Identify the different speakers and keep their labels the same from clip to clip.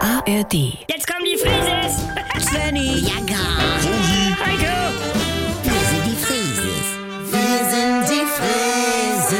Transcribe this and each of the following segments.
Speaker 1: ARD.
Speaker 2: Jetzt kommen die Frises! Svenny!
Speaker 3: Jagger,
Speaker 2: Heiko!
Speaker 3: wir sind die Frieses. Wir sind die Frieses.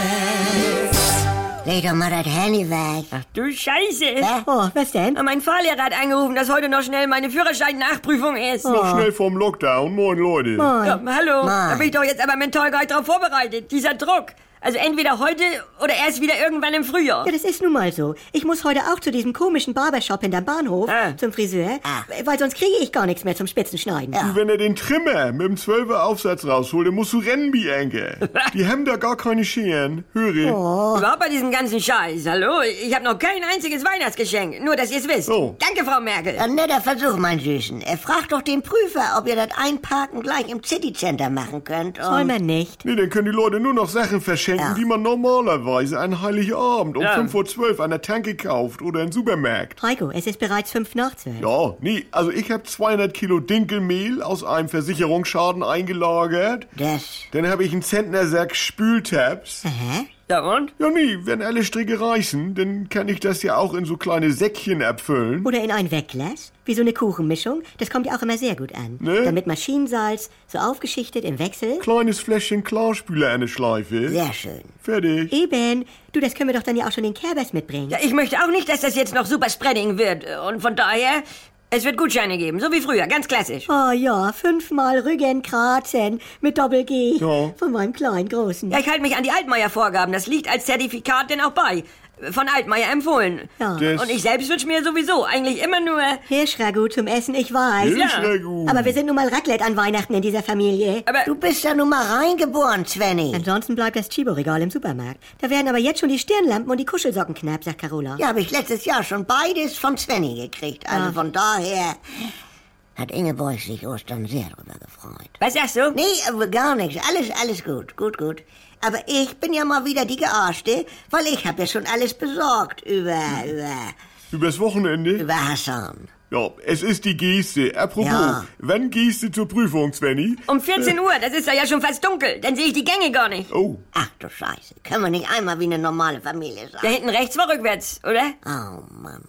Speaker 3: Leg doch mal das Handy weg.
Speaker 2: Du Scheiße!
Speaker 3: Hä? Oh, was denn?
Speaker 2: Mein Fahrlehrer hat angerufen, dass heute noch schnell meine Führerschein-Nachprüfung ist.
Speaker 4: Schnell vom Lockdown, moin Leute.
Speaker 2: Ja, hallo, da
Speaker 3: Oh, Mann.
Speaker 2: bin ich doch jetzt aber mental gar nicht drauf vorbereitet. Dieser Druck. Also entweder heute oder erst wieder irgendwann im Frühjahr.
Speaker 5: Ja, das ist nun mal so. Ich muss heute auch zu diesem komischen Barbershop hinterm Bahnhof
Speaker 2: Ah.
Speaker 5: zum Friseur,
Speaker 3: Ah.
Speaker 5: weil sonst kriege ich gar nichts mehr zum Spitzenschneiden.
Speaker 3: Ja.
Speaker 4: Wenn er den Trimmer mit dem 12er Aufsatz rausholt, dann musst du rennen, Bianca. Die haben da gar keine Scheren. Höre.
Speaker 3: Oh.
Speaker 2: Überhaupt bei diesem ganzen Scheiß. Hallo, ich habe noch kein einziges Weihnachtsgeschenk. Nur, dass ihr es wisst.
Speaker 4: Oh.
Speaker 2: Danke, Frau Merkel.
Speaker 3: Ein netter Versuch, mein Süßen. Er fragt doch den Prüfer, ob ihr das Einparken gleich im City Center machen könnt. Und
Speaker 5: Soll man nicht.
Speaker 4: Nee, dann können die Leute nur noch Sachen verschenken, die man normalerweise an Heiligabend um
Speaker 2: Ja.
Speaker 4: 5.12 Uhr an der Tanke kauft oder im Supermarkt.
Speaker 5: Heiko, es ist bereits fünf nach zwölf.
Speaker 4: Ja, nee, also ich habe 200 Kilo Dinkelmehl aus einem Versicherungsschaden eingelagert.
Speaker 3: Das.
Speaker 4: Dann habe ich einen Zentner Sack Spültabs.
Speaker 5: Hm.
Speaker 3: Hä?
Speaker 2: Ja, und?
Speaker 4: Ja, nee, wenn alle Stricke reißen, dann kann ich das ja auch in so kleine Säckchen abfüllen.
Speaker 5: Oder in ein Wegglas, wie so eine Kuchenmischung. Das kommt ja auch immer sehr gut an.
Speaker 4: Ne?
Speaker 5: Dann mit Maschinensalz, so aufgeschichtet im Wechsel.
Speaker 4: Kleines Fläschchen Klarspüler eine Schleife.
Speaker 3: Sehr schön.
Speaker 4: Fertig.
Speaker 5: Eben. Du, das können wir doch dann ja auch schon den Kerbers mitbringen.
Speaker 2: Ja, ich möchte auch nicht, dass das jetzt noch super Spreading wird. Und von daher, es wird Gutscheine geben, so wie früher, ganz klassisch.
Speaker 5: Oh ja, fünfmal Rügen kratzen mit Doppel-G.
Speaker 4: Ja.
Speaker 5: Von meinem kleinen Großen.
Speaker 2: Ja, ich halte mich an die Altmaier-Vorgaben. Das liegt als Zertifikat denn auch bei. Von Altmaier empfohlen.
Speaker 5: Ja.
Speaker 4: Das-
Speaker 2: Und ich selbst wünsche mir sowieso eigentlich immer nur...
Speaker 5: Hirschragout zum Essen, ich weiß.
Speaker 2: Ja.
Speaker 4: Sehr gut.
Speaker 5: Aber wir sind nun mal Raclette an Weihnachten in dieser Familie.
Speaker 2: Aber
Speaker 3: Du bist ja nun mal reingeboren, Svenny.
Speaker 5: Ansonsten bleibt das Chibo-Regal im Supermarkt. Da werden aber jetzt schon die Stirnlampen und die Kuschelsocken knapp, sagt Carola.
Speaker 3: Ja, habe ich letztes Jahr schon beides von Svenny gekriegt. Also von daher hat Ingeborg sich Ostern sehr drüber gefreut.
Speaker 2: was sagst du?
Speaker 3: Nee, aber gar nichts. Alles, alles gut. Gut, gut. Aber ich bin ja mal wieder die Gearschte, weil ich habe ja schon alles besorgt über, über,
Speaker 4: Übers Wochenende?
Speaker 3: über Hassan.
Speaker 4: Ja, es ist die Geste. Apropos,
Speaker 3: Ja.
Speaker 4: wann gehst du zur Prüfung, Svenny?
Speaker 5: Oh.
Speaker 2: Um 14 Uhr, das ist doch ja schon fast dunkel. Dann sehe ich die Gänge gar nicht.
Speaker 4: Oh,
Speaker 3: Ach du Scheiße. Können wir nicht einmal wie eine normale Familie
Speaker 2: Da
Speaker 3: sein?
Speaker 2: hinten rechts war rückwärts, oder?
Speaker 3: Oh Mann.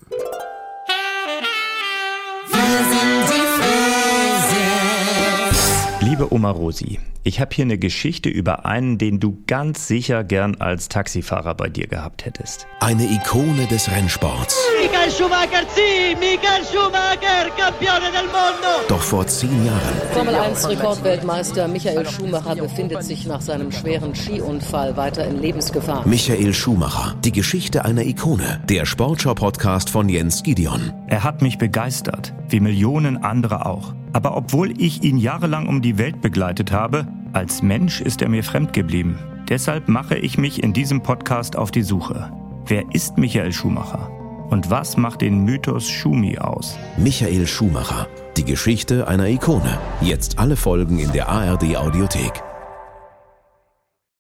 Speaker 6: Liebe Oma Rosi, ich habe hier eine Geschichte über einen, den du ganz sicher gern als Taxifahrer bei dir gehabt hättest.
Speaker 7: Eine Ikone des Rennsports.
Speaker 8: Michael Schumacher, sì, Michael Schumacher, campione del mondo!
Speaker 7: Doch vor zehn Jahren
Speaker 9: Formel 1 Rekordweltmeister Michael Schumacher befindet sich nach seinem schweren Skiunfall weiter in Lebensgefahr.
Speaker 7: Michael Schumacher. Die Geschichte einer Ikone. Der Sportschau-Podcast von Jens Gideon.
Speaker 6: Er hat mich begeistert, wie Millionen andere auch. Aber obwohl ich ihn jahrelang um die Welt begleitet habe, als Mensch ist er mir fremd geblieben. Deshalb mache ich mich in diesem Podcast auf die Suche. Wer ist Michael Schumacher? Und was macht den Mythos Schumi aus?
Speaker 7: Michael Schumacher. Die Geschichte einer Ikone. Jetzt alle Folgen in der ARD Audiothek.